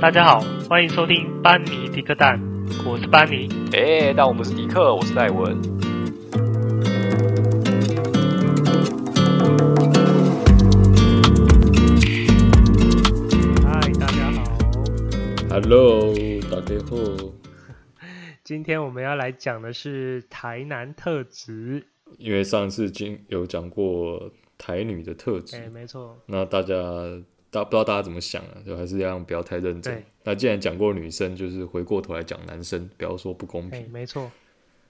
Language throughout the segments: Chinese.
大家好，欢迎收听班尼迪克蛋，我是班尼。哎、那我们是迪克，我是戴文。嗨，大家好， Hello，大家好。今天我们要来讲的是台南特质。因为上次经有讲过台女的特质，哎，没错，那大家大不知道大家怎么想啊，就还是一样不要太认真对。那既然讲过女生，就是回过头来讲男生，不要说不公哎，平。没错。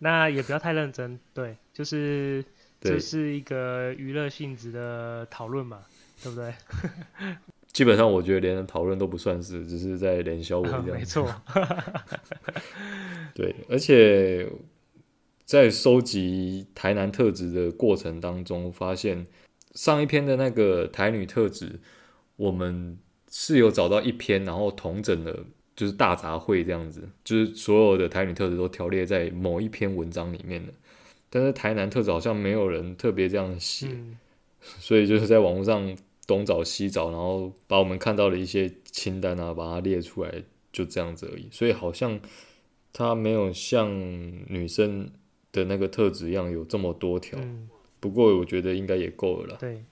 那也不要太认真，对，就是对这是一个娱乐性质的讨论嘛，对不对？基本上我觉得连讨论都不算是，只是在连消我这 没样。错， 对，而且在收集台南特质的过程当中，发现上一篇的那个台女特质，我们是有找到一篇，然后统整了，就是大杂烩这样子，就是所有的台女特质都条列在某一篇文章里面的。但是台南特质好像没有人特别这样写，嗯，所以就是在网络上东找西找，然后把我们看到的一些清单啊，把它列出来，就这样子而已。所以好像它没有像女生的那个特质一样有这么多条。嗯，不过我觉得应该也够了啦。对，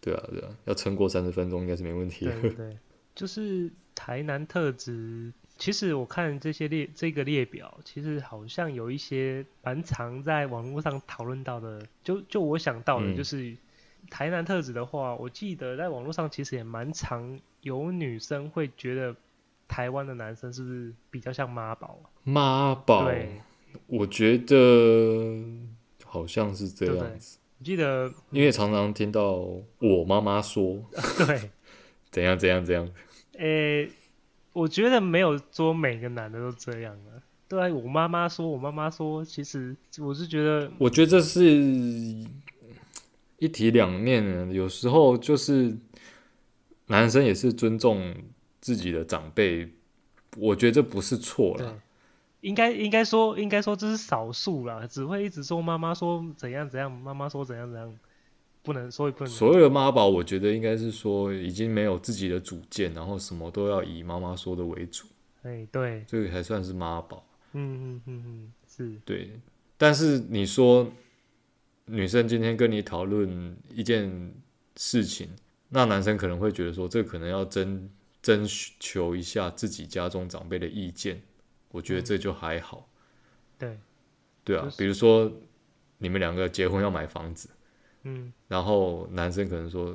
对啊，对啊，要撑过三十分钟应该是没问题的。对对，就是台南特质。其实我看这些列这个列表，其实好像有一些蛮常在网络上讨论到的。就就我想到的，嗯就是、台南特质的话，我记得在网络上其实也蛮常有女生会觉得台湾的男生是不是比较像妈宝啊？妈宝，对，我觉得好像是这对不对样子，我记得因为常常听到我妈妈说对，怎样怎样怎样。诶、我觉得没有说每个男的都这样啊。对啊，我妈妈说，我妈妈说，其实我是觉得我觉得这是一体两面的，有时候就是男生也是尊重自己的长辈，我觉得这不是错对啦。，应该应该说应该说这是少数啦，只会一直说妈妈说怎样怎样，妈妈说怎样怎样，不能说也不能。所谓的妈宝，我觉得应该是说已经没有自己的主见，然后什么都要以妈妈说的为主，哎，对，这个才算是妈宝。嗯嗯嗯嗯，是，对，但是你说女生今天跟你讨论一件事情，那男生可能会觉得说，这可能要征征求一下自己家中长辈的意见，我觉得这就还好，对，对啊就，是比如说你们两个结婚要买房子，嗯，然后男生可能说，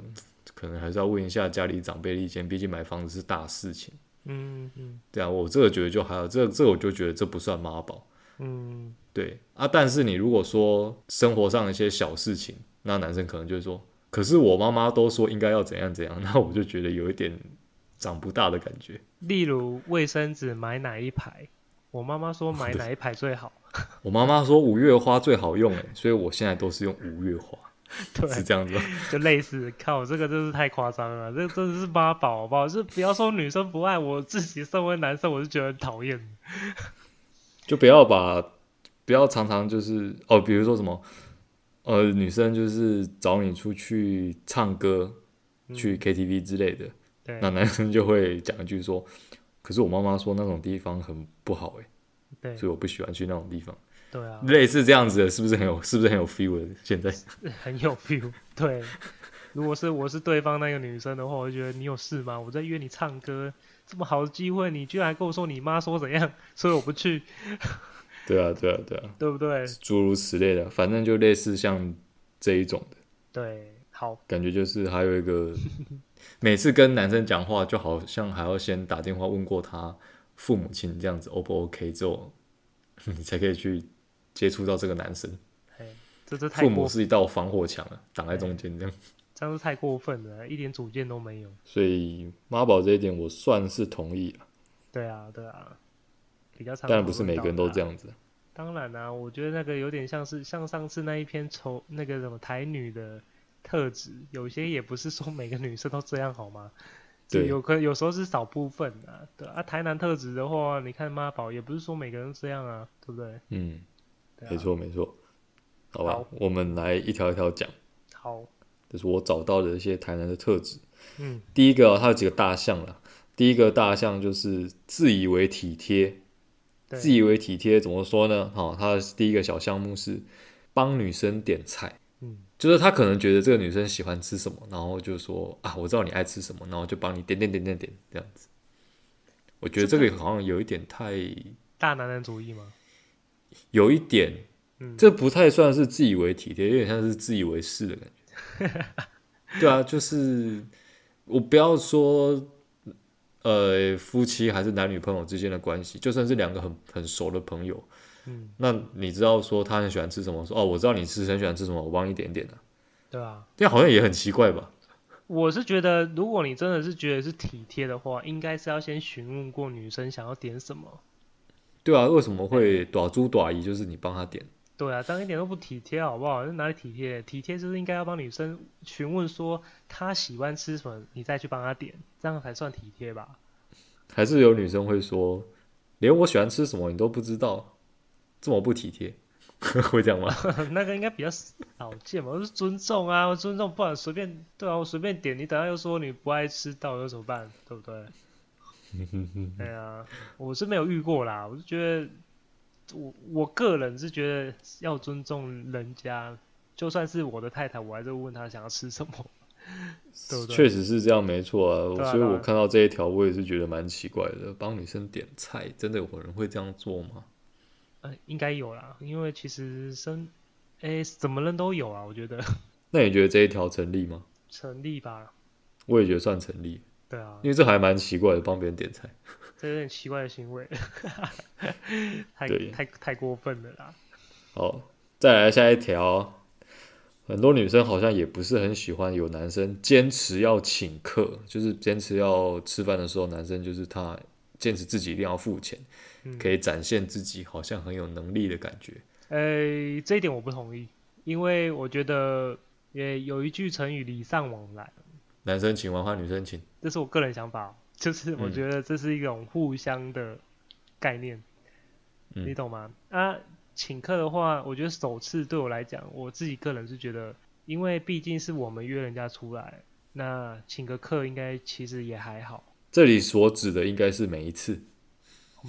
可能还是要问一下家里长辈的意见，毕竟买房子是大事情，嗯嗯对啊，我这个觉得就还好，这个这个我就觉得这不算妈宝。嗯，对啊，但是你如果说生活上一些小事情，那男生可能就会说，可是我妈妈都说应该要怎样怎样， 那我就觉得有一点长不大的感觉。例如卫生纸买哪一排，我妈妈说买哪一排最好，我妈妈说五月花最好用诶，欸所以我现在都是用五月花，是对，这样子吧？就类似，靠，这个真是太夸张了，这真的是妈宝，好不好？就是不要说女生不爱我，自己身为男生，我是觉得很讨厌。就不要把不要常常就是哦，比如说什么呃，女生就是找你出去唱歌、嗯去 KTV 之类的，对那男生就会讲一句说，可是我妈妈说那种地方很不好诶。对所以我不喜欢去那种地方，对啊，类似这样子的，是不是很有，是不是很有 feel 的？现 在 很有 feel。对，如果是我是对方那个女生的话，我就觉得你有事吗？我在约你唱歌，这么好的机会，你居然还跟我说你妈说怎样，所以我不去，对啊，对啊，对啊，对不对？诸如此类的，反正就类似像这一种的对，好，感觉，就是还有一 个每次跟男生讲话，就好像还要先打电话问过他父母亲这样子 O 不 OK 之后，你才可以去接触到这个男生。哎，这这太父母过，是一道防火墙啊，挡在中间这样。这样是太过分了，一点主见都没有。所以妈宝这一点，我算是同意了，对啊，对啊，比较常。当然不是每个人都这样。样子。当然啦、我觉得那个有点像是像上次那一篇丑那个什么台女的特质，有些也不是说每个女生都这样好吗？对就有可有时候是少部分啊。对啊，台南特质的话，你看妈宝也不是说每个人都这样啊，对不对？嗯，对啊、没。错，没错。好吧，好我们来一条一条讲，好，这是我找到的一些台南的特质。嗯，第一个哦、它有几个大项啦，第一个大项就是自以为体贴，对自以为体贴怎么说呢？好、哦，他的第一个小项目是帮女生点菜，嗯，就是他可能觉得这个女生喜欢吃什么，然后就说啊，我知道你爱吃什么，然后就帮你点点点点点这样子。我觉得这这个个好像有一点太，大男人主义吗？有一点，嗯这不太算是自以为体贴，有点像是自以为是的感觉。对啊，就是我不要说，呃，夫妻还是男女朋友之间的关系，就算是两个很很熟的朋友，嗯，那你知道说他很喜欢吃什么，说哦，我知道你是很喜欢吃什么，我帮你点点啊，对啊，这样好像也很奇怪吧？我是觉得，如果你真的是觉得是体贴的话，应该是要先询问过女生想要点什么。对啊，为什么会短猪短姨？就是你帮他点，对啊，这样一点都不体贴，好不好？那哪里体贴？体贴就是应该要帮女生询问说她喜欢吃什么，你再去帮她点，这样才算体贴吧？ 还是有女生会说，连我喜欢吃什么你都不知道，这么不体贴， 会这样吗？那个应该比较少见吧？我是尊重啊，我尊重，不然随便对啊，我随便点，你等下又说你不爱吃，到底又怎么办？对不对？对啊，我是没有遇过啦，我是觉得我我个人是觉得要尊重人家，就算是我的太太，我还是会问她想要吃什么， 对不对？确实是这样，没错啊。对啊所以对我啊看到这一条，我也是觉得蛮奇怪的。帮女生点菜，真的有人会这样做吗？呃，应该有啦，因为其实生，诶，什么人都有啊，我觉得那你觉得这一条成立吗？成立吧。我也觉得算成立，对啊，因为这还蛮奇怪的，帮别人点菜。这有点奇怪的行为，太对太太过分了啦。好，再来下一条。很多女生好像也不是很喜欢有男生坚持要请客，就是坚持要吃饭的时候，男生就是他坚持自己一定要付钱，嗯可以展现自己好像很有能力的感觉。呃，这一点我不同意，因为我觉得也有一句成语“礼尚往来男生请完换女生请，”，这是我个人想法哦，就是我嗯觉得这是一种互相的概念，你嗯，懂吗？啊，请客的话，我觉得首次对我来讲，我自己个人是觉得，因为毕竟是我们约人家出来，那请个客应该其实也还好。这里所指的应该是每一次。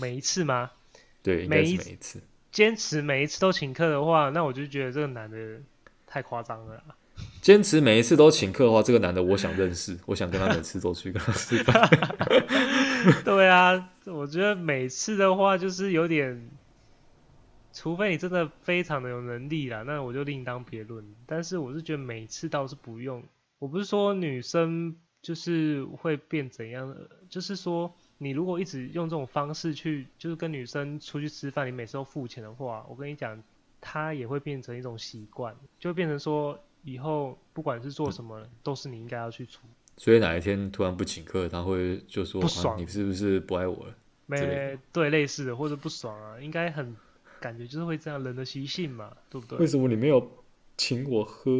每一次吗？对，应每该是一每一次。坚持每一次都请客的话，那我就觉得这个男的太夸张了啦。啊坚持每一次都请客的话，这个男的我想认识， 我想跟他每次都去跟 他吃饭。对啊，我觉得每次的话就是有点，除非你真的非常的有能力啦，那我就另当别论。但是我是觉得每次倒是不用，我不是说女生就是会变怎样的，就是说你如果一直用这种方式去，就是跟女生出去吃饭，你每次都付钱的话，我跟你讲，她也会变成一种习惯，就会变成说以后不管是做什么，都是你应该要去出。所以哪一天突然不请客，他会就说：“不爽啊、你是不是不爱我了之类没对类似的或者不爽啊，应该很感觉就是会这样人的习性嘛，对不？”为对？什么你没有请我喝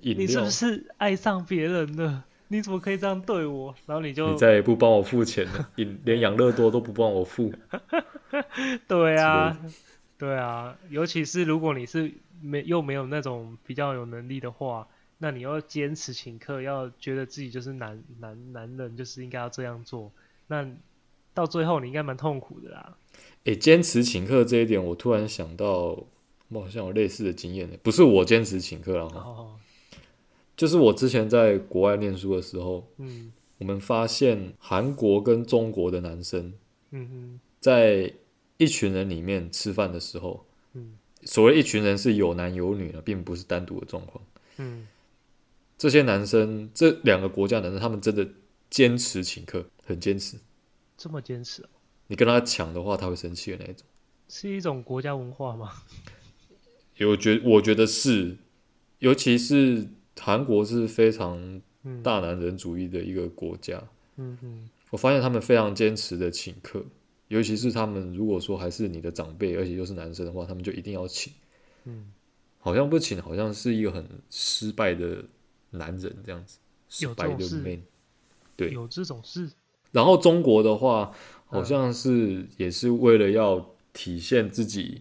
饮料？你是不是爱上别人了？你怎么可以这样对我？然后你就你再也不帮我付钱了， 饮连养乐多都不帮我付。 对啊，对啊，尤其是如果你是没又没有那种比较有能力的话，那你要坚持请客，要觉得自己就是男男男人，就是应该要这样做，那到最后你应该蛮痛苦的啦。诶，坚持请客这一点，我突然想到，我好像有类似的经验呢。不是我坚持请客了哈，哦，就是我之前在国外念书的时候，嗯我们发现韩国跟中国的男生嗯嗯在一群人里面吃饭的时候，嗯所谓一群人是有男有女的，啊并不是单独的状况。嗯，这些男生，这两个国家的男生，他们真的坚持请客，很坚持。这么坚持哦、你跟他抢的话，他会生气的那一种。是一种国家文化吗？有觉，我觉得是，尤其是韩国是非常嗯大男人主义的一个国家。嗯嗯我发现他们非常坚持的请客，尤其是他们如果说还是你的长辈，而且又是男生的话，他们就一定要请。嗯，好像不请，好像是一个很失败的男人这样子，失有这败种的事 man。对有这种事，然后中国的话，好嗯像是也是为了要体现自己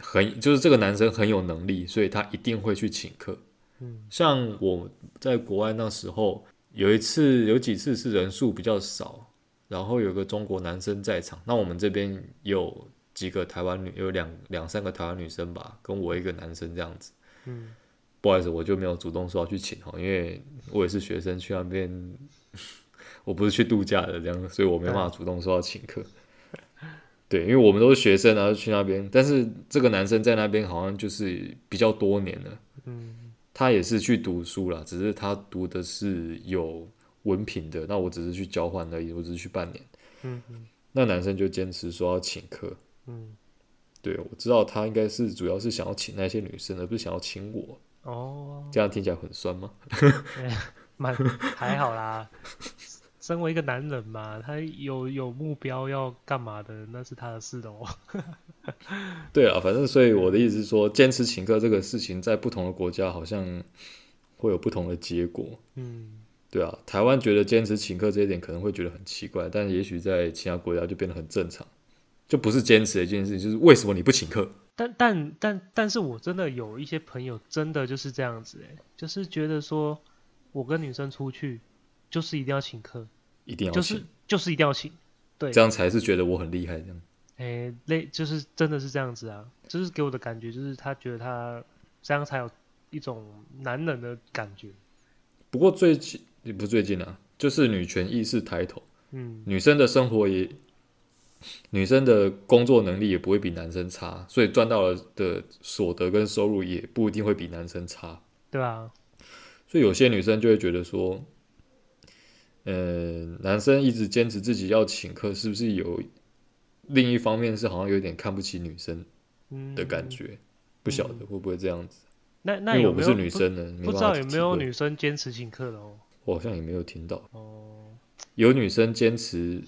很，就是这个男生很有能力，所以他一定会去请客。嗯像我在国外那时候，有一次有几次是人数比较少，然后有个中国男生在场，那我们这边有几个台湾女，有两两三个台湾女生吧，跟我一个男生这样子。嗯，不好意思，我就没有主动说要去请哈，因为我也是学生，去那边我不是去度假的这样，所以我没办法主动说要请客。对，因为我们都是学生啊，然后去那边，但是这个男生在那边好像就是比较多年了，嗯，他也是去读书啦，只是他读的是有文凭的，那我只是去交换而已，我只是去半年。嗯嗯那男生就坚持说要请客，嗯，对我知道他应该是主要是想要请那些女生，而不是想要请我，哦，这样听起来很酸吗？ 蛮还好啦。身为一个男人嘛，他有有目标要干嘛的，那是他的事哦。对啊，反正所以我的意思是嗯说，坚持请客这个事情，在不同的国家好像会有不同的结果。嗯，对啊，台湾觉得坚持请客这一点可能会觉得很奇怪，但也许在其他国家就变得很正常，就不是坚持的一件事情，就是为什么你不请客？但但但但是我真的有一些朋友真的就是这样子、欸，就是觉得说我跟女生出去就是一定要请客，一定要就请，是就是一定要请，对这样才是觉得我很厉害。这样，诶、类就是真的是这样子啊，就是给我的感觉就是他觉得他这样才有一种男人的感觉，不过最近也不是最近啊，就是女权意识抬头，嗯女生的生活也，女生的工作能力也不会比男生差，所以赚到了的所得跟收入也不一定会比男生差。对啊吧？所以有些女生就会觉得说，呃，男生一直坚持自己要请客，是不是有另一方面是好像有点看不起女生嗯的感。觉？不晓得会不会这样子，那因那为有我不没是有女生呢，没不知办道法有没体有会女生坚持请客的哦？我好像也没有听到哦，有女生坚持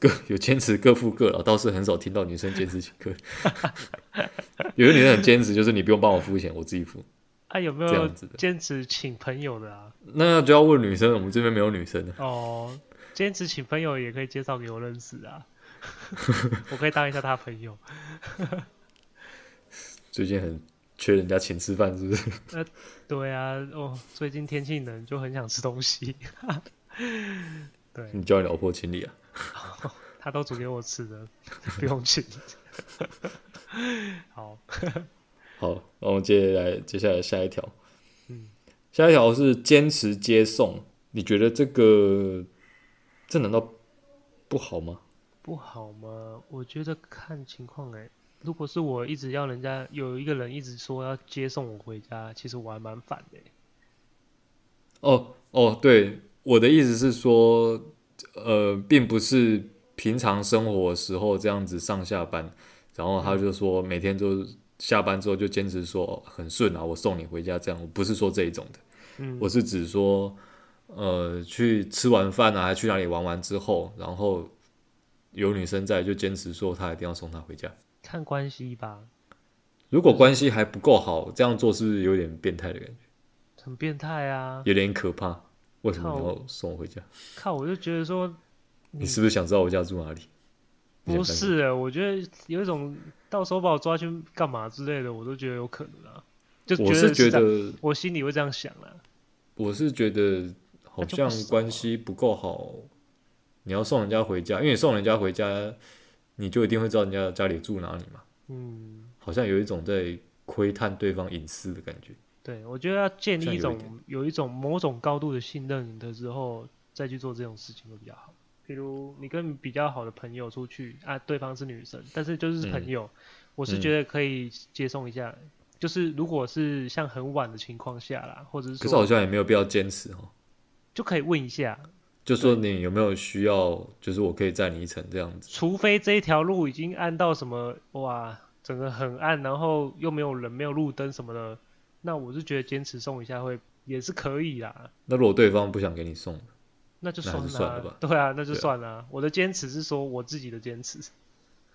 各 有坚持各付各了，倒是很少听到女生坚持请客。 有的女生很坚持，就是你不用帮我付钱，我自己付啊有没这有样子的。坚持请朋友的啊？那就要问女生，我们这边没有女生的。哦，坚持请朋友也可以介绍给我认识 啊，我可以当一下他朋友。最近很缺人家请吃饭，是不是？对啊，哦，最近天气冷，就很想吃东西。 对，你叫你老婆请你啊。他都煮给我吃的， 不用请。好，好，那我们接下来接下来下一条，嗯下一条是坚持接送。你觉得这个这难道不好吗？不好吗？我觉得看情况哎、如果是我一直要人家有一个人一直说要接送我回家，其实我还蛮烦的欸、哦哦，对，我的意思是说，呃，并不是平常生活的时候这样子上下班，然后他就说每天都下班之后就坚持说、哦很顺啊，我送你回家这样，我不是说这一种的，嗯我是指说，呃，去吃完饭啊，还去哪里玩完之后，然后有女生在就坚持说她一定要送她回家。看关系吧，如果关系还不够好，这样做是不是有点变态的感觉，很变态啊！有点可怕？为什么你靠要送我回家？靠，我就觉得说你是不是想知道我家住哪里？你不想干嘛，是欸，我觉得有一种到时候把我抓去干嘛之类的，我都觉得有可能啊。就我是觉这样得，我心里会这样想啊啦。我是觉得好那就不像熟关啊系不够好，你要送人家回家，因为你送人家回家，你就一定会知道人家家里住哪里嘛，嗯，好像有一种在窥探对方隐私的感觉。对，我觉得要建立像一有种一点有一种某种高度的信任的时候，再去做这种事情会比较好。比如你跟比较好的朋友出去啊，对方是女生，但是就是朋嗯友，我是嗯觉得可以接送一下。就是如果是像很晚的情况下啦，或者是可是好说像也没有必要坚持哦，就可以问一下，就说你有没有需要，就是我可以载你一程这样子。除非这一条路已经暗到什么哇，整个很暗，然后又没有人、没有路灯什么的，那我是觉得坚持送一下会也是可以啦。那如果对方不想给你送，那就那算还了、是算了吧对啊，那就对啊算了啊、我的坚持是说我自己的坚持，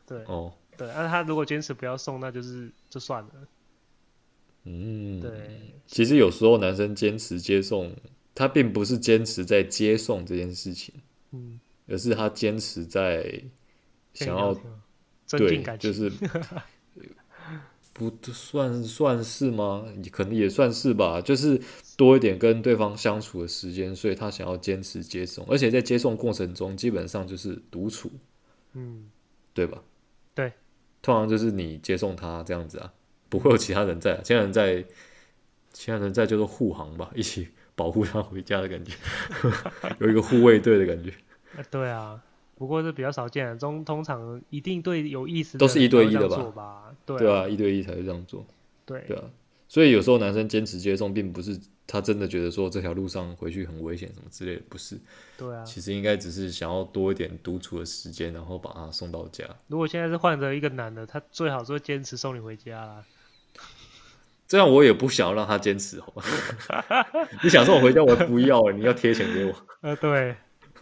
对哦，对。那、他如果坚持不要送，那就是就算了。嗯，对，其实有时候男生坚持接送，他并不是坚持在接送这件事情，嗯，而是他坚持在跟你想聊要天啊增进 对，感情，就是不算算是吗？也可能也算是吧，就是多一点跟对方相处的时间，所以他想要坚持接送，而且在接送过程中基本上就是独处，嗯，对吧？对，通常就是你接送他这样子啊，不会有其他人在、啊，其他人在，其他人在就是护航吧， 一起保护他回家的感觉， 有一个护卫队的感觉，呃对啊，不过这比较少见啊，中通常一定对有意思的都是一人才对会一这的样吧做吧？对对啊啊，一对一才会这样做，对对啊，所以有时候男生坚持接送，并不是他真的觉得说这条路上回去很危险什么之类的，不是，对啊，其实应该只是想要多一点独处的时间，然后把他送到家，如果现在是换着一个男的，他最好是会坚持送你回家啦。这样我也不想要让他坚持，好吧？ 你想送我回家，我还不要、你要贴钱给我。呃，对，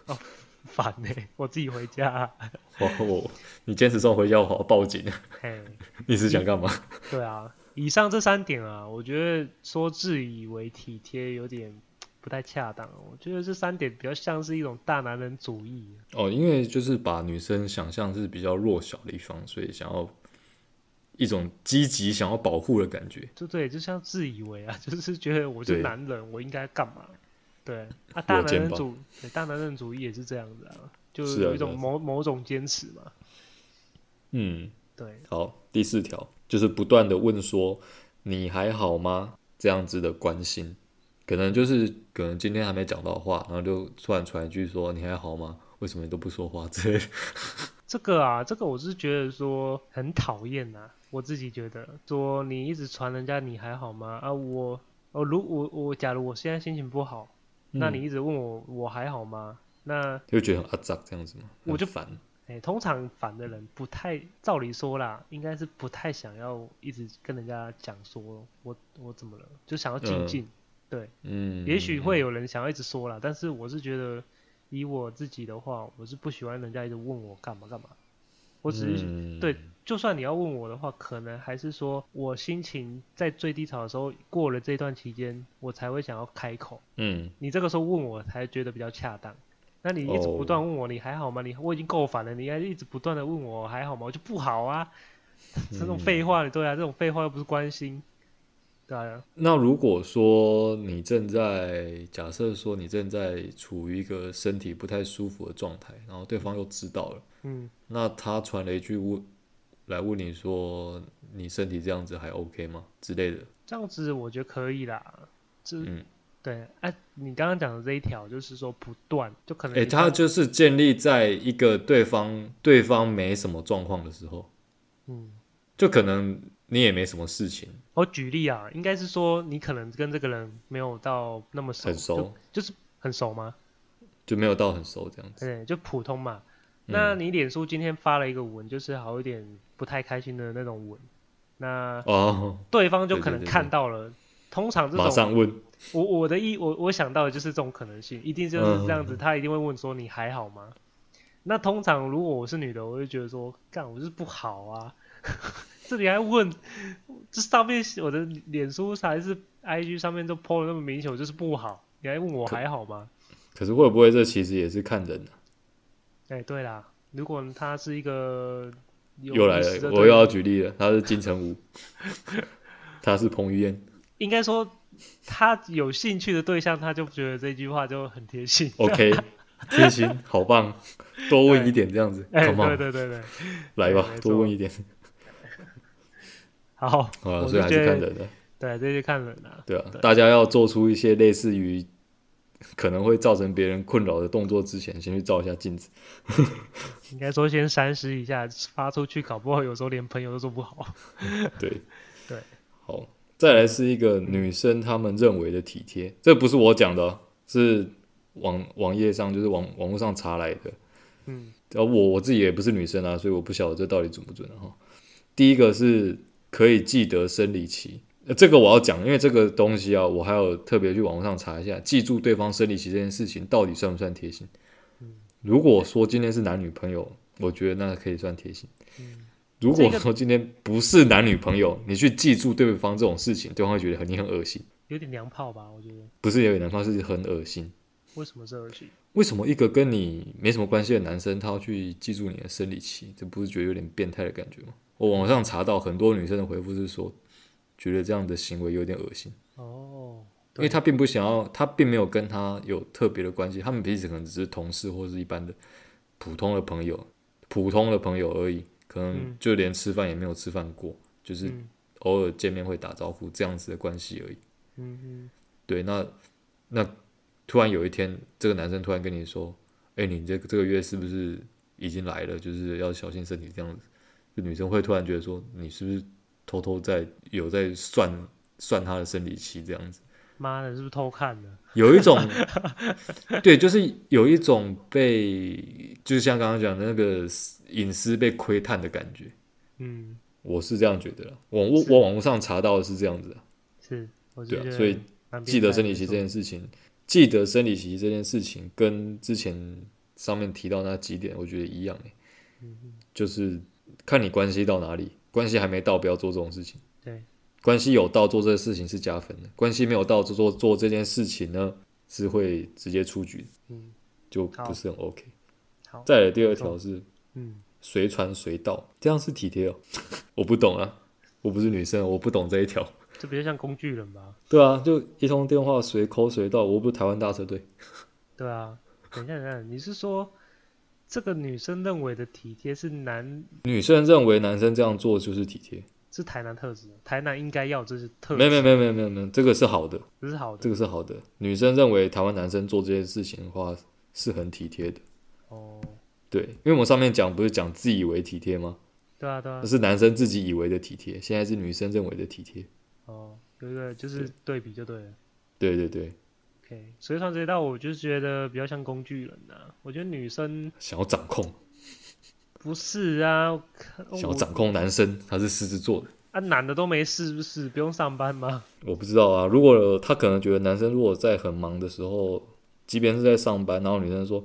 哦， 烦呢、我自己回家啊、哦，我你坚持送回家，我好报警。 嘿，你是想干嘛？对啊，以上这三点啊，我觉得说自以为体贴有点不太恰当。啊我觉得这三点比较像是一种大男人主义。啊哦，因为就是把女生想象是比较弱小的一方，所以想要一种积极想要保护的感觉。就对，就像自以为啊， 就是觉得我是对男人，我应该干嘛？对啊，大男肩人膀主对大男人主义也是这样子啊，就是啊有一是啊种某某种坚持嘛。嗯，对，好，第四条就是不断的问说你还好吗这样子的关心，可能就是可能今天还没讲到话，然后就突然传一句说你还好吗？为什么你都不说话之类的？这个啊，这个我是觉得说很讨厌呐、我自己觉得说你一直传人家你还好吗？啊，我哦，如我我假如我现在心情不好， 那嗯你一直问我我还好吗？那 就觉得很阿杂这样子吗？我就很烦。哎、通常烦的人不太，照理说啦，应该是不太想要一直跟人家讲说我我怎么了，就想要静嗯静。嗯，也许会有人想要一直说啦，但是我是觉得，以我自己的话，我是不喜欢人家一直问我干嘛干嘛。我只是、嗯对，就算你要问我的话，可能还是说我心情在最低潮的时候过了这段期间，我才会想要开口。嗯，你这个时候问我才觉得比较恰当。那你一直不哦断问我，你还好吗？你我已经够烦了，你还一直不断的问我还好吗？我就不好啊，这种嗯废话，对啊，这种废话又不是关心，对啊，那如果说你正在假设说你正在处于一个身体不太舒服的状态，然后对方又知道了，嗯，那他传了一句问来问你说你身体这样子还 OK 吗之类的，这样子我觉得可以啦，这、嗯，对，哎、你刚刚讲的这一条就是说不断，就可能诶，你他刚就是建立在一个对方对方没什么状况的时候，嗯，就可能你也没什么事情，我举例啊，应该是说你可能跟这个人没有到那么熟，很熟哦就，就是很熟吗？就没有到很熟这样子，对，就普通嘛。嗯那你脸书今天发了一个文，就是好一点不太开心的那种文，那哦，对方就对对可能对对看到了。通常这马种，上问，我我的意我我想到的就是这种可能性，一定就是这样子，嗯他一定会问说你还好吗？那通常如果我是女的，我就觉得说干我就是不好啊， 这里还问，这上面我的脸书还是 IG 上面都 PO 的那么明显，我就是不好，你还问我可还好吗？可是会不会这其实也是看人啊？哎、对啦，如果他是一个有又来意识的了，对我又要举例了，他是 金城武，他是彭于晏。应该说他有兴趣的对象，他就觉得这句话就很贴心。 OK，贴心，好棒，多问一点这样子哎、对，Come 对 on，对对，来吧对没，错多问一点。好，好了，我所是以还是觉看得人的，对，这就看人啦、对啊对，大家要做出一些类似于可能会造成别人困扰的动作之前，先去照一下镜子。应该说先三思一下，发出去搞不好有时候连朋友都做不好。对， 对，好，再来是一个女生她们认为的体贴，这不是我讲的哦，是网网页上就是网网络上查来的。嗯，呃，我我自己也不是女生啊，所以我不晓得这到底准不准啊哈、第一个是可以记得生理期，呃，这个我要讲，因为这个东西啊，我还有特别去网络上查一下，记住对方生理期这件事情到底算不算贴心。如果说今天是男女朋友，我觉得那可以算贴心。如果说今天不是男女朋友，你去记住对方这种事情，对方会觉得很你很恶心，有点娘炮吧？我觉得不是有点难看，是很恶心。为什么是恶心？为什么一个跟你没什么关系的男生，他要去记住你的生理期？这不是觉得有点变态的感觉吗？我网上查到很多女生的回复是说，觉得这样的行为有点恶心，哦，因为他并不想要，他并没有跟他有特别的关系，他们彼此可能只是同事或是一般的普通的朋友，普通的朋友而已，可能嗯就连吃饭也没有吃饭过，就是嗯偶尔见面会打招呼这样子的关系而已。嗯嗯，对，那那突然有一天，这个男生突然跟你说：“哎、你这个这个月是不是已经来了？就是要小心身体这样子。”就女生会突然觉得说：“你是不是偷偷在有在算算他的生理期这样子？”妈的，是不是偷看的？有一种，对，就是有一种被，就是像刚刚讲的那个隐私被窥探的感觉，嗯，我是这样觉得啦。我我是我网络上查到的是这样子啊，是，我就对啊觉得所以蛮变态的记得生理期这件事情，记得生理期这件事情跟之前上面提到那几点，我觉得一样、欸、就是看你关系到哪里，关系还没到不要做这种事情，对，关系有到做这个事情是加分的，关系没有到做做做这件事情呢是会直接出局的，嗯就好不是很 OK。好，再来第二条是嗯，随传随到，这样是体贴哦， 我不懂啊，我不是女生，我不懂这一条。这比较像工具人吧？对啊，就一通电话随抠随到，我又不是台湾大车队。对啊，等一下，等一下，你是说这个女生认为的体贴是男女生认为男生这样做就是体贴，是台南特质，台南应该要这是特质，没有没有没有没有没有没有，这个是好的，这是好的这个是好的。女生认为台湾男生做这件事情的话是很体贴的，哦，对，因为我们上面讲不是讲自以为体贴吗？对啊对啊那，是男生自己以为的体贴，现在是女生认为的体贴。哦，有一个就是对比就对了。对对对， OK，所以上这一道我就觉得比较像工具人呐、啊我觉得女生想要掌控，不是啊，我想哦要我掌控男生，他是狮子座的。啊男的都没事，是不是不用上班吗？我不知道啊，如果他可能觉得男生如果在很忙的时候，即便是在上班，然后女生说，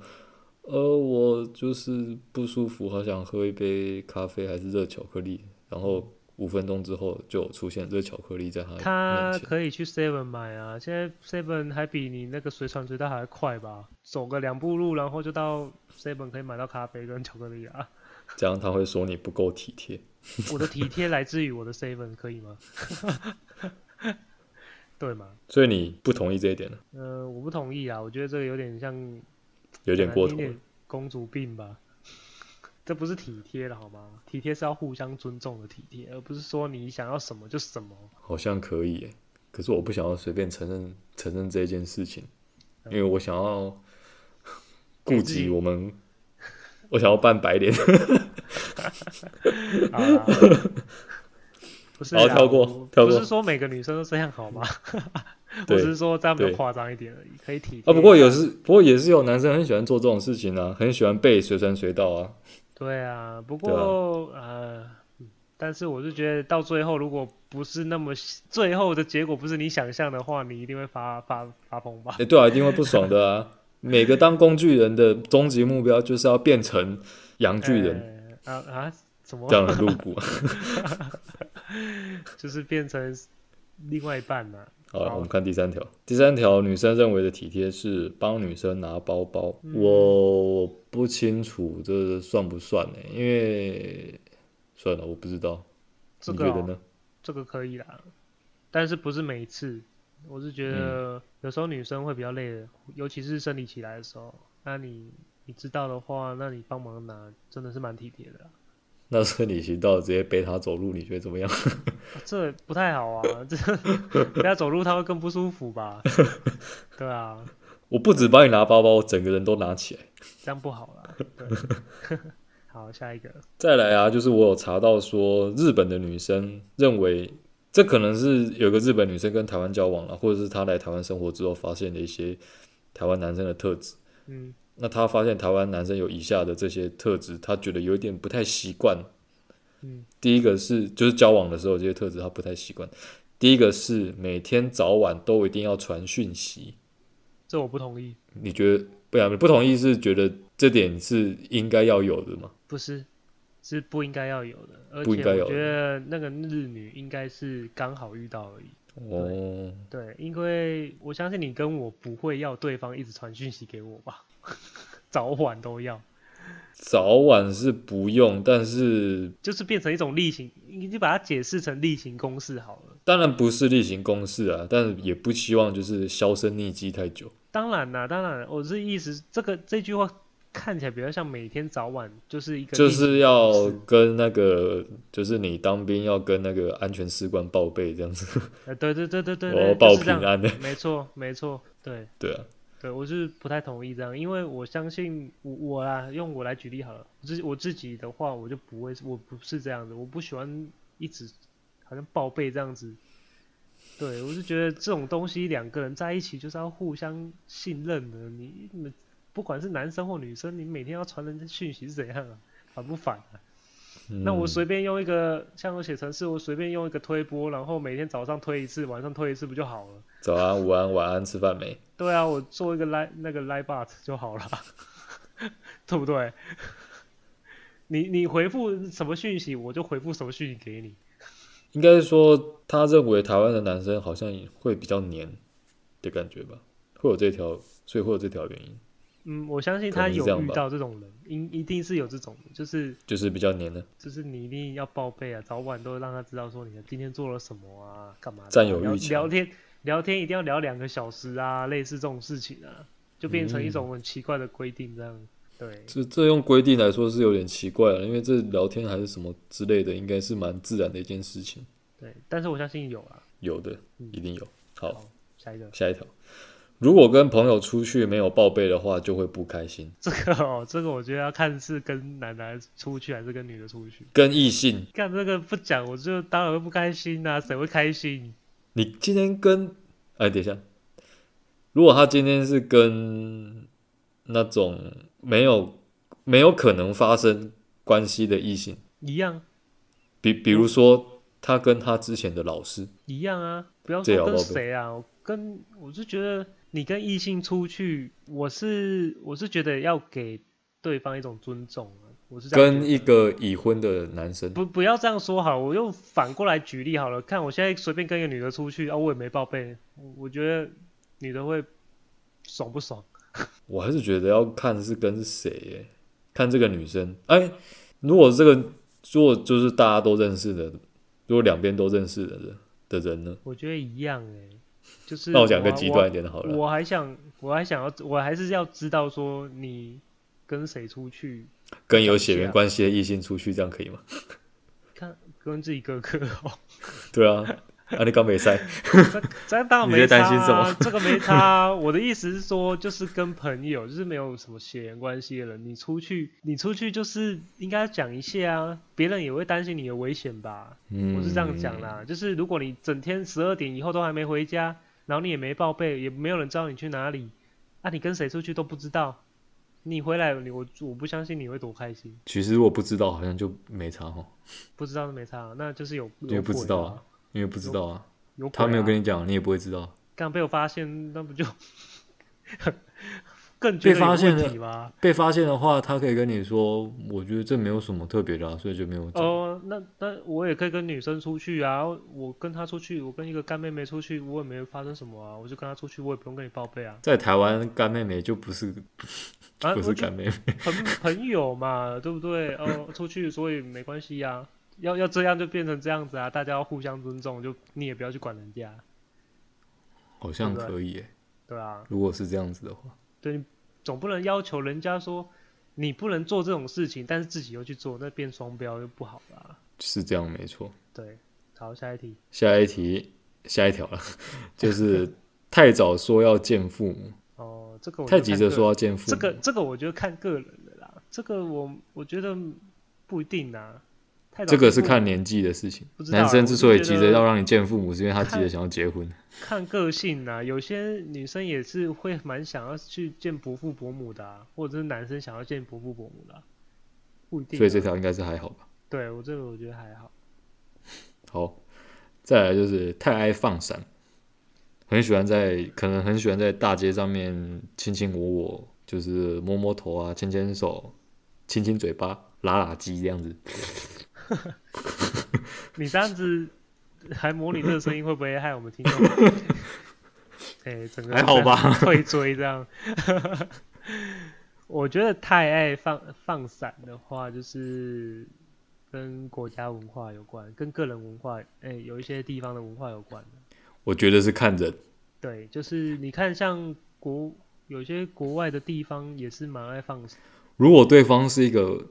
呃，我就是不舒服，好想喝一杯咖啡还是热巧克力，然后五分钟之后就有出现热巧克力在他他面前，可以去 Seven 买啊，现在 Seven 还比你那个随传随到还快吧？走个两步路，然后就到 Seven 可以买到咖啡跟巧克力啊。 这样他会说你不够体贴。我的体贴来自于我的 Seven，可以吗？ 对嘛？所以你不同意这一点呢？呃，我不同意啊，我觉得这个有点像有点过头有。点公主病吧？这不是体贴了好吗？体贴是要互相尊重的体贴，而不是说你想要什么就什么。好像可以耶，可是我不想要随便承认承认这件事情，因为我想要顾自己及我们， 我想要扮白脸。 好啦不是啦，啊好跳过我跳过不是说每个女生都这样好吗？我对只是说这样比对较夸张一点而已，可以体贴啊，不过有时，不过也是有男生很喜欢做这种事情啊，很喜欢被随传随到啊。对啊，不过呃，嗯但是我是觉得到最后，如果不是那么最后的结果不是你想象的话，你一定会发发发疯吧哎、？对啊，一定会不爽的啊。每个当工具人的终极目标就是要变成洋巨人、呃啊啊，怎么这样的露骨。就是变成另外一半啊呢、好了，好我们看第三条。第三条，女生认为的体贴是帮女生拿包包。嗯我不清楚这算不算呢、因为算了，我不知道，这你个、觉得哦、呢？这个可以啦，但是不是每一次？我是觉嗯得有时候女生会比较累的，尤其是生理期来的时候，那你你知道的话，那你帮忙拿真的是蛮体贴的啦、那是你行道直接背她走路，你觉得怎么样？ 啊这不太好啊， 这人家走路他会更不舒服 吧？对啊，我不止帮你拿包包，我整个人都拿起来。这样不好啦。对， 好，下一个，再来啊，就是我有查到说，日本的女生认为，这可能是有个日本女生跟台湾交往了，或者是她来台湾生活之后发现的一些台湾男生的特质。嗯那她发现台湾男生有以下的这些特质，她觉得有点不太习惯。嗯，第一个是就是交往的时候这些特质她不太习惯。第一个是每天早晚都一定要传讯息，这我不同意，你觉得不然不同意是觉得这点是应该要有的吗？不是，是不应该要有的，而不应该且有我的觉得那个日女应该是刚好遇到而已。哦，对，因为我相信你跟我不会要对方一直传讯息给我吧，早晚都要。早晚是不用，但是就是变成一种例行，你就把它解释成例行公事好了。当然不是例行公事啊，但也不希望就是销声匿迹太久。当然啦，当然，我是意思，这个这句话看起来比较像每天早晚就是一个就例行是要公事跟那个，就是你当兵要跟那个安全士官报备这样子，呃，对对对对对， 我对要报就是这平样安的。没错，没错，对对啊，对，我是不太同意这样，因为我相信我我啦，用我来举例好了，我自我自己的话，我就不会，我不是这样的，我不喜欢一直好像报备这样子。对，我是觉得这种东西两个人在一起就是要互相信任的，你你不管是男生或女生，你每天要传人家讯息是怎样啊？烦不烦啊？嗯、那我随便用一个，像我写程式，我随便用一个推波，然后每天早上推一次，晚上推一次不就好了？早安、午安、晚安，吃饭没？对啊，我做一个 live 那个 live bot 就好了，对不对？你你回复什么讯息，我就回复什么讯息给你。应该是说他认为台湾的男生好像会比较黏的感觉吧，会有这条，所以会有这条原因，嗯，我相信可他能是有这样遇吧到这种人，一一定是有这种人，就是就是比较黏的就是你一定要报备啊，早晚都让他知道说你今天做了什么啊，干嘛的啊、占有欲聊强聊天聊天一定要聊两个小时啊，类似这种事情啊，就变成一嗯种很奇怪的规定这样。对，这这用规定来说是有点奇怪了，因为这聊天还是什么之类的，应该是蛮自然的一件事情，对，但是我相信有啊。有的嗯一定有。好，好，下一个。下一条，如果跟朋友出去没有报备的话，就会不开心。这个哦，这个我觉得要看是跟男的出去还是跟女的出去。跟异性，干这个不讲，我就当然会不开心呐、谁会开心？你今天跟，哎，等一下，如果他今天是跟那种没有没有可能发生关系的异性，一样比比如说他跟他之前的老师，一样啊，不要这也说要跟报备谁啊，我跟我是觉得你跟异性出去，我是我是觉得要给对方一种尊重啊，我是这样跟觉得一个已婚的男生，不不要这样说好了，我用反过来举例好了，看我现在随便跟一个女的出去啊，我也没报备，我我觉得女的会爽不爽？我还是觉得要看是跟谁耶，看这个女生。哎，如果这个如果就是大家都认识的，如果两边都认识的人的人呢？我觉得一样哎、就是那我讲个啊极我端一点的好了，我还想，我还想要，我还是要知道说你跟谁出去，跟有血缘关系的异性出去，这样可以吗？ 看跟自己哥哥哦。 对啊，啊你刚没塞，这当然你没在差、担心什啊么，这个没差啊、我的意思是说，就是跟朋友，就是没有什么血缘关系的人，你出去，你出去就是应该讲一下啊，别人也会担心你有危险吧。嗯我是这样讲。啦，就是如果你整天十二点以后都还没回家，然后你也没报备，也没有人知道你去哪里，啊，你跟谁出去都不知道，你回来你我我不相信你会多开心，其实我不知道，好像就没差哈，不知道是没差啊，那就是有因为有不鬼知道啊，啊，因为不知道啊，有鬼他没有啊跟你讲，你也不会知道。刚被我发现，那不就更被觉得有发现问了题吗？被发现的话，他可以跟你说，我觉得这没有什么特别的啊，所以就没有讲。哦，那那我也可以跟女生出去啊，我跟她出去，我跟一个干妹妹出去，我也没有发生什么啊，我就跟她出去，我也不用跟你报备啊，在台湾干妹妹就不是啊，不我就是干妹妹，朋 朋友嘛，对不对？哦，出去所以没关系呀、要要这样就变成这样子啊，大家要互相尊重，就你也不要去管人家，好像对不对可以耶。对啊，如果是这样子的话，对，你总不能要求人家说你不能做这种事情，但是自己又去做，那变双标就不好啦。是这样没错。对，好，下一题，下一题，下一条了，就是太早说要见父母，哦，这 个我太就急看着个说要见父母，这个这个我觉得看个人的啦，这个我我觉得不一定啊，太早这个见是父看年纪的事情不。知道啊男生之所以急我是觉着得要让你见父母，是因为他急着想要 结婚。看个性呐、有些女生也是会蛮想要去见伯父伯母的、啊，或者是男生想要见伯父伯母的啊、不一定啊、所以这条应该是还好吧。对我这个我觉得还好。好，再来就是太爱放闪，很喜欢在可能很喜欢在大街上面卿卿我我，就是摸摸头啊，牵牵手，亲亲嘴巴，拉拉鸡这样子。你这样子还模拟这个声音，会不会害我们听众？ 哎、整个还好吧退追这样。 我觉得太爱放放散的话，就是跟国家文化有关，跟个人文化，哎、有一些地方的文化有关。我觉得是看人，对，就是你看，像国有些国外的地方也是蛮爱放散，如果对方是一个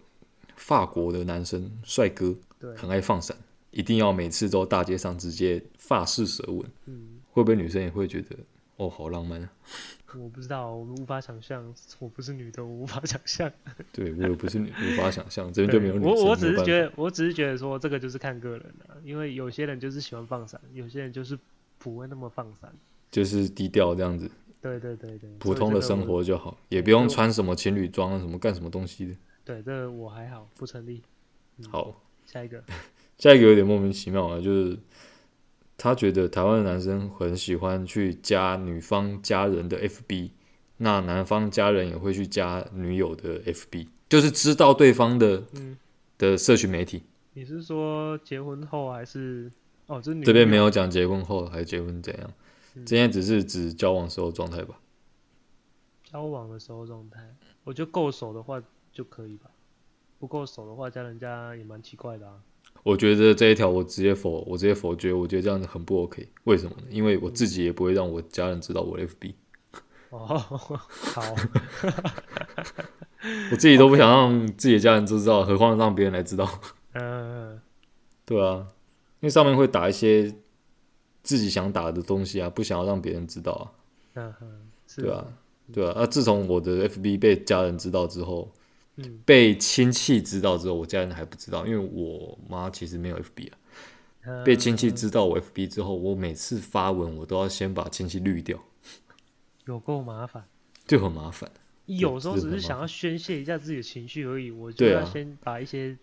法国的男生帅哥，对，很爱放闪，一定要每次都大街上直接发式舌吻，嗯，会不会女生也会觉得哦好浪漫啊？我不知道，我无法想象，我不是女的，我无法想象。对我也不是 女无法想象，这边就没有女生。我我只没有是办法觉得，我只是觉得说这个就是看个人了、因为有些人就是喜欢放闪，有些人就是不会那么放闪。就是低调这样子，对对对对，普通的所以这生个我。活就好，也不用穿什么情侣装啊，什么干什么东西的。对，这个我还好，不成立。嗯好，下一个，下一个有点莫名其妙啊，就是他觉得台湾的男生很喜欢去加女方家人的 FB，那男方家人也会去加女友的 FB，就是知道对方的嗯，的社群媒体。你是说结婚后还是？哦，这是女这边没友有讲结婚后还是结婚怎样，嗯这边只是指交往时候状态吧。交往的时候状态，我觉得够熟的话就可以吧。不够熟的话，加人家也蛮奇怪的啊。我觉得这一条我直接否，我直接否决，我觉得这样子很不 OK。为什么呢？因为我自己也不会让我家人知道我的 FB，哦， 好，我自己都不想让自己的家人知道，何况让别人来知道。嗯、对啊，因为上面会打一些自己想打的东西啊，不想要让别人知道啊，嗯哼，是对啊，，对啊。那、自从我的 FB 被家人知道之后，嗯被亲戚知道之后，我家人还不知道，因为我妈其实没有 FB 啊。被亲戚嗯知道我 FB 之后，我每次发文我都要先把亲戚滤掉，有够麻烦。就很麻烦。有时候是只很是麻想要烦宣泄一下自己的情绪而已，我就对要啊先把一些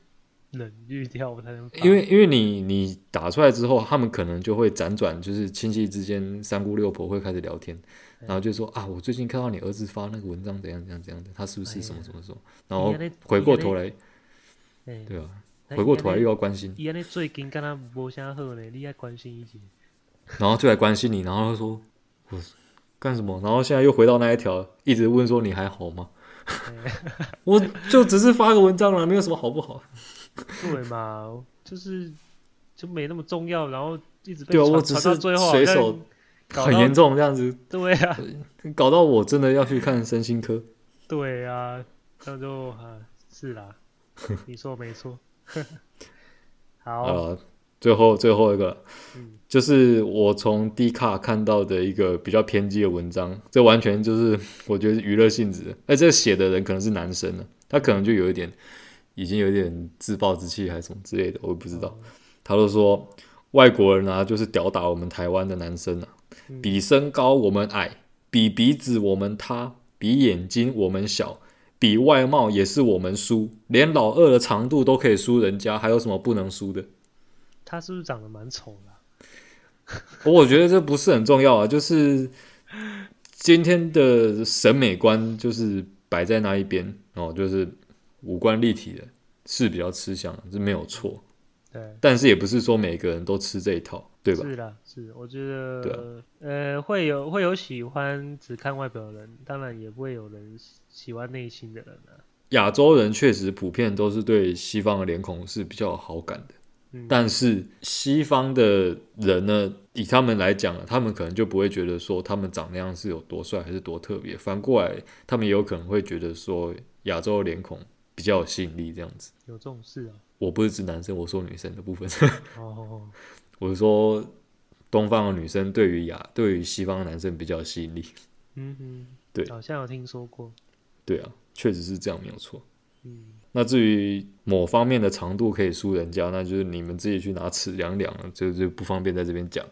冷滤掉，我才能发。因为因为你你打出来之后，他们可能就会辗转，就是亲戚之间三姑六婆会开始聊天，然后就说啊，我最近看到你儿子发那个文章怎样怎样怎样的，他是不是什么什么什么？然后你还在回过头来，哎对啊，那回过头来伊安尼又要关心，伊安尼最近敢若无啥好呢，你爱关心一些。然后就来关心你，然后说我干什么？然后现在又回到那一条，一直问说你还好吗？我就只是发个文章了，没有什么好不好。对嘛，哦就是就没那么重要，然后一直被对啊，传我只传是到最后好随像手搞很到严重这样子，对啊， 搞到我真的要去看身心科。对啊，这样就啊是 啦，你说没错。 好，啊，最后最后一个嗯，就是我从 D 卡看到的一个比较偏激的文章，这完全就是 我觉得是娱乐性质的。哎，这写的人可能是男生呢，他可能就有一点已经有一点自暴自弃还是什么之类的，我也不知道。他都说外国人啊，就是吊打我们台湾的男生啊，嗯比身高我们矮，比鼻子我们塌，比眼睛我们小。比外貌也是我们输，连老二的长度都可以输人家，还有什么不能输的？他是不是长得蛮丑的啊？我觉得这不是很重要啊，就是今天的审美观就是摆在那一边哦，就是五官立体的是比较吃香的，这没有错，对。但是也不是说每个人都吃这一套，对吧？是啦，是，我觉对啊得，呃，会有会有喜欢只看外表的人，当然也不会有人喜喜欢内心的人啊。亚洲人确实普遍都是对西方的脸孔是比较有好感的，嗯但是西方的人呢，以他们来讲啊，他们可能就不会觉得说他们长那样是有多帅还是多特别，反过来他们也有可能会觉得说亚洲的脸孔比较有吸引力这样子。有这种事啊？我不是指男生，我说女生的部分， 哦，我是说东方的女生对于亚对于西方的男生比较有吸引力。嗯哼，对好像有听说过。对啊，确实是这样，没有错。嗯，那至于某方面的长度可以输人家，那就是你们自己去拿尺量量了，就就不方便在这边讲。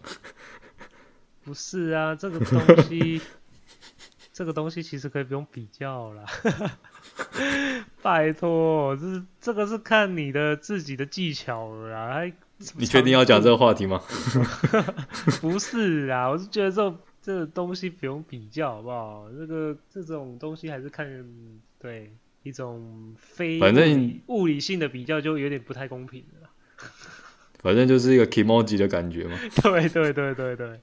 不是啊，这个东 西，这个东西其实可以不用比较啦。 拜托，这是这个是看你的自己的技巧了啦。还你确定要讲这个话题吗？不是啊，我是觉得这种这个东西不用比较，好不好？这个这种东西还是看对一种非反正物理物理性的比较，就有点不太公平了啦。 反正就是一个哎 emoji 的感觉嘛，对对对对对，哎呀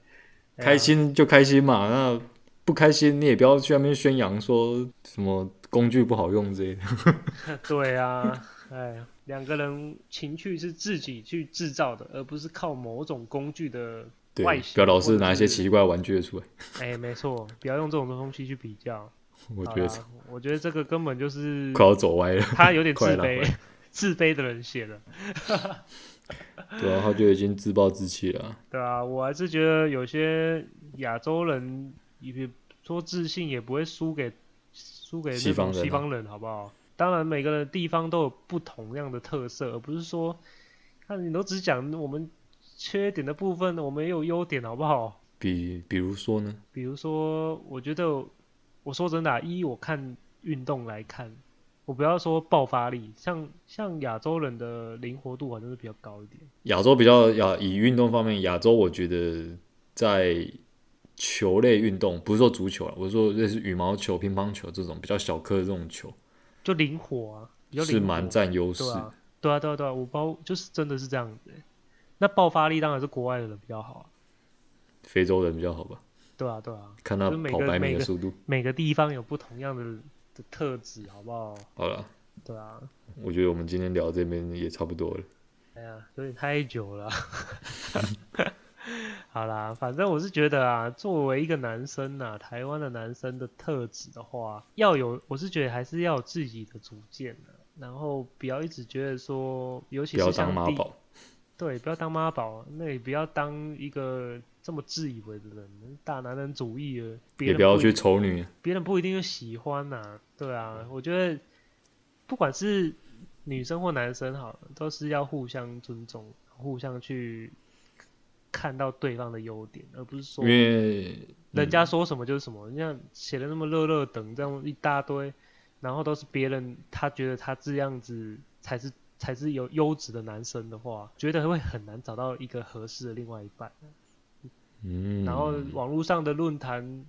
开心就开心嘛，那不开心，你也不要去那边宣扬说什么工具不好用 之类的。对啊，哎，两个人情趣是自己去制造的，而不是靠某种工具的对外，形。不要老是拿一些奇。奇怪的玩具出来。哎，没错，不要用这种东西去比较。我好觉得啦，我觉得这个根本就是快要走歪了，他有点自快拉回卑，自卑的人写的，对啊，他就已经自暴自弃了啊。对啊，我还是觉得有些亚洲人也说自信也不会输给输给那西方种人啊西方人，好不好？当然，每个人的地方都有不同样的特色，而不是说，那你都只讲我们缺点的部分，我们也有优点，好不好？比比如说呢，比如说，我觉得，我说真的啊、一我看运动来看，我不要说爆发力，像像亚洲人的灵活度好像是比较高一点。亚洲比较亚以运动方面，亚洲我觉得在球类运动，不是说足球了，我是说类似羽毛球、乒乓球这种比较小颗的这种球，就灵活啊，比较灵活是蛮占优势对。啊，对啊，对啊，对啊，我包就是真的是这样子欸、那爆发力当然是国外的人比较好啊、非洲人比较好吧，对啊，对啊，看他就是每跑个百米每的个速度。每个地方有不同样的的特质，好不好？好了，对啊，我觉得我们今天聊这边也差不多了。哎呀，有点太久 了。啊好啦，反正我是觉得啊，作为一个男生呐、台湾的男生的特质的话，要有，我是觉得还是要有自己的主见的、然后不要一直觉得说，尤其不要是当像妈地宝，对，不要当妈宝，那也不要当一个这么自以为的人，大男人主义了。别也人不要一去丑女。别人不一定就喜欢呐、对啊，我觉得不管是女生或男生好了，都是要互相尊重，互相去看到对方的优点，而不是说因为人嗯家说什么就是什么。你像写的那么热热等这样一大堆，然后都是别人他觉得他这样子才是才是有优质的男生的话，觉得会很难找到一个合适的另外一半。嗯，然后网络上的论坛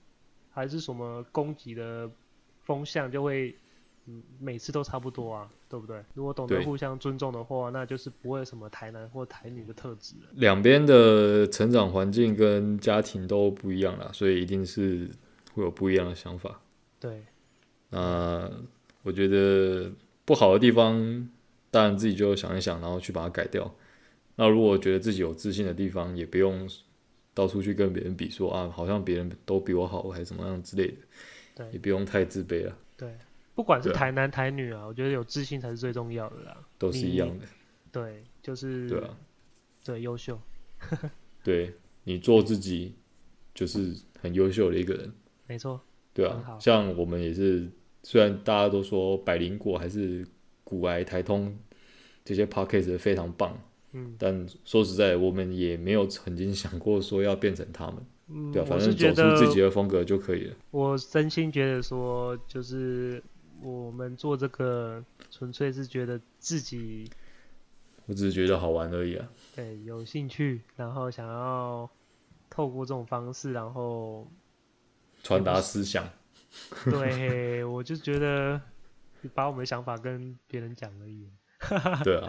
还是什么攻击的风向，就会嗯每次都差不多啊，对不对？如果懂得对互相尊重的话，那就是不会有什么台男或台女的特质了。两边的成长环境跟家庭都不一样啦，所以一定是会有不一样的想法。对，那我觉得不好的地方，当然自己就想一想，然后去把它改掉。那如果觉得自己有自信的地方，也不用到处去跟别人比说啊，好像别人都比我好，还是怎么样之类的，对也不用太自卑了，对，不管是对啊台男台女啊，我觉得有自信才是最重要的啦。都是一样的，对，就是对啊，对优秀，对你做自己就是很优秀的一个人。没错，对很啊好，像我们也是，虽然大家都说百灵果还是古癌、台通这些 podcast 非常棒，嗯但说实在，我们也没有曾经想过说要变成他们，嗯，对啊，反我是觉正走得出自己的风格就可以了。我真心觉得说，就是我们做这个纯粹是觉得自己我只是觉得好玩而已啊，对，有兴趣，然后想要透过这种方式，然 后传达思想，对我就觉得把我们的想法跟别人讲而已，对啊，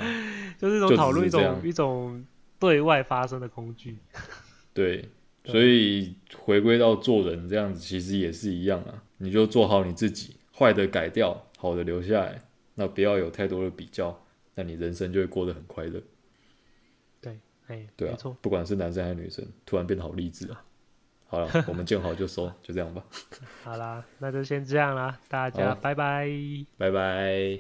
就是一就种只讨论是一这种样一种对外发声的工具。对，对所以回归到做人这样子，其实也是一样啊，你就做好你自己，坏的改掉，好的留下来，那不要有太多的比较，那你人生就会过得很快乐。对，哎，对没啊错，，不管是男生还是女生，突然变得好励志啊！好了，我们见好就收，就这样吧，好啦，那就先这样啦，大家好拜拜。拜拜。